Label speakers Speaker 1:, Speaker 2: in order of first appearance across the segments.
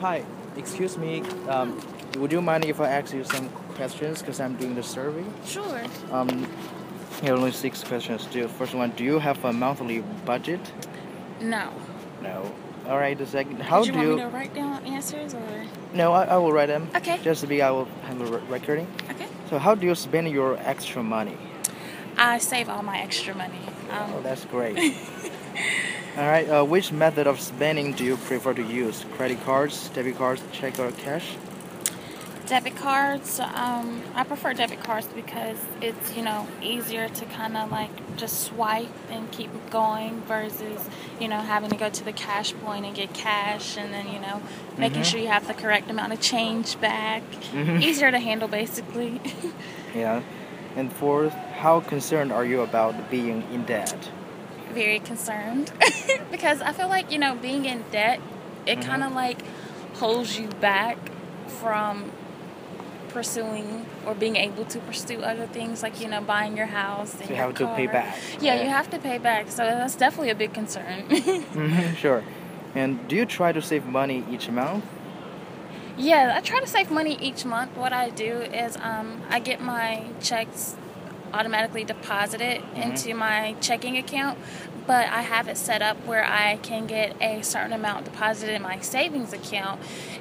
Speaker 1: Hi, excuse me. Um, would you mind if I ask you some questions? Because I'm doing the survey.
Speaker 2: Sure.
Speaker 1: Um, here are only six questions. The first one: Do you have a monthly budget?
Speaker 2: No.
Speaker 1: No. All right. The second: How
Speaker 2: Did you
Speaker 1: do
Speaker 2: want
Speaker 1: you?
Speaker 2: me to write down answers or?
Speaker 1: No, I, I will write them.
Speaker 2: Okay.
Speaker 1: Just to be, I will handle re- recording.
Speaker 2: Okay.
Speaker 1: So, how do you spend your extra money?
Speaker 2: I save all my extra money.
Speaker 1: Oh,
Speaker 2: Um,
Speaker 1: that's great. All right. Uh, which method of spending do you prefer to use? Credit cards, debit cards, check, or cash?
Speaker 2: debit cards. Um, I prefer debit cards because it's you know easier to kind of like just swipe and keep going versus you know having to go to the cash point and get cash and then you know making
Speaker 1: Mhm.
Speaker 2: sure you have the correct amount of change back.
Speaker 1: Mhm.
Speaker 2: Easier to handle basically.
Speaker 1: Yeah. And fourth, how concerned are you about being in debt?
Speaker 2: very concerned because I feel like you know being in debt it
Speaker 1: Mhm.
Speaker 2: kind of like holds you back from pursuing or being able to pursue other things like you know buying your house and
Speaker 1: So you
Speaker 2: your
Speaker 1: have to pay
Speaker 2: car.
Speaker 1: back,
Speaker 2: yeah
Speaker 1: right?
Speaker 2: you have to pay back so that's definitely a big concern
Speaker 1: hmm Sure. And do you try to save money each month?
Speaker 2: Yeah, I try to save money each month. What I do is um, I get my checks automatically deposited
Speaker 1: Mm-hmm.
Speaker 2: into my checking account, but I have it set up where I can get a certain amount deposited in my savings account,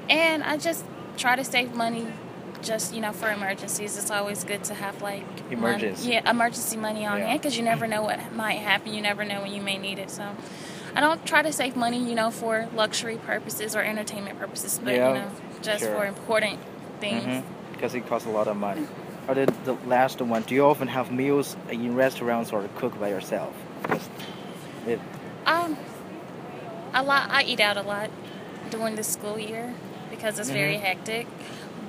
Speaker 2: and I just try to save money. Just you know, for emergencies, it's always good to have like mon-
Speaker 1: Emergency.
Speaker 2: yeah, emergency money on
Speaker 1: Yeah. Mm-hmm.
Speaker 2: hand because you never know what might happen. You never know when you may need it. So, I don't try to save money, you know, for luxury purposes or entertainment purposes, but
Speaker 1: Yeah,
Speaker 2: you know, just
Speaker 1: sure.
Speaker 2: for important things.
Speaker 1: Mhm. Because it costs a lot of money. Or the, the last one, do you often have meals in restaurants or cook by yourself? 'Cause it-
Speaker 2: Um, a lot. I eat out a lot during the school year because it's very
Speaker 1: Mhm.
Speaker 2: hectic.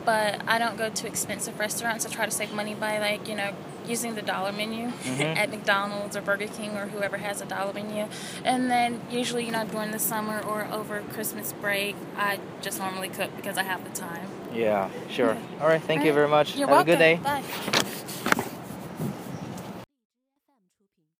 Speaker 2: But I don't go to expensive restaurants. I try to save money by like you know using the dollar menu
Speaker 1: Mhm.
Speaker 2: at McDonald's or Burger King or whoever has a dollar menu. And then usually you know during the summer or over Christmas break, I just normally cook because I have the time.
Speaker 1: yeah, sure. All right, thank you
Speaker 2: Alright.
Speaker 1: very much.
Speaker 2: You're
Speaker 1: have a
Speaker 2: welcome.
Speaker 1: good day.
Speaker 2: Bye.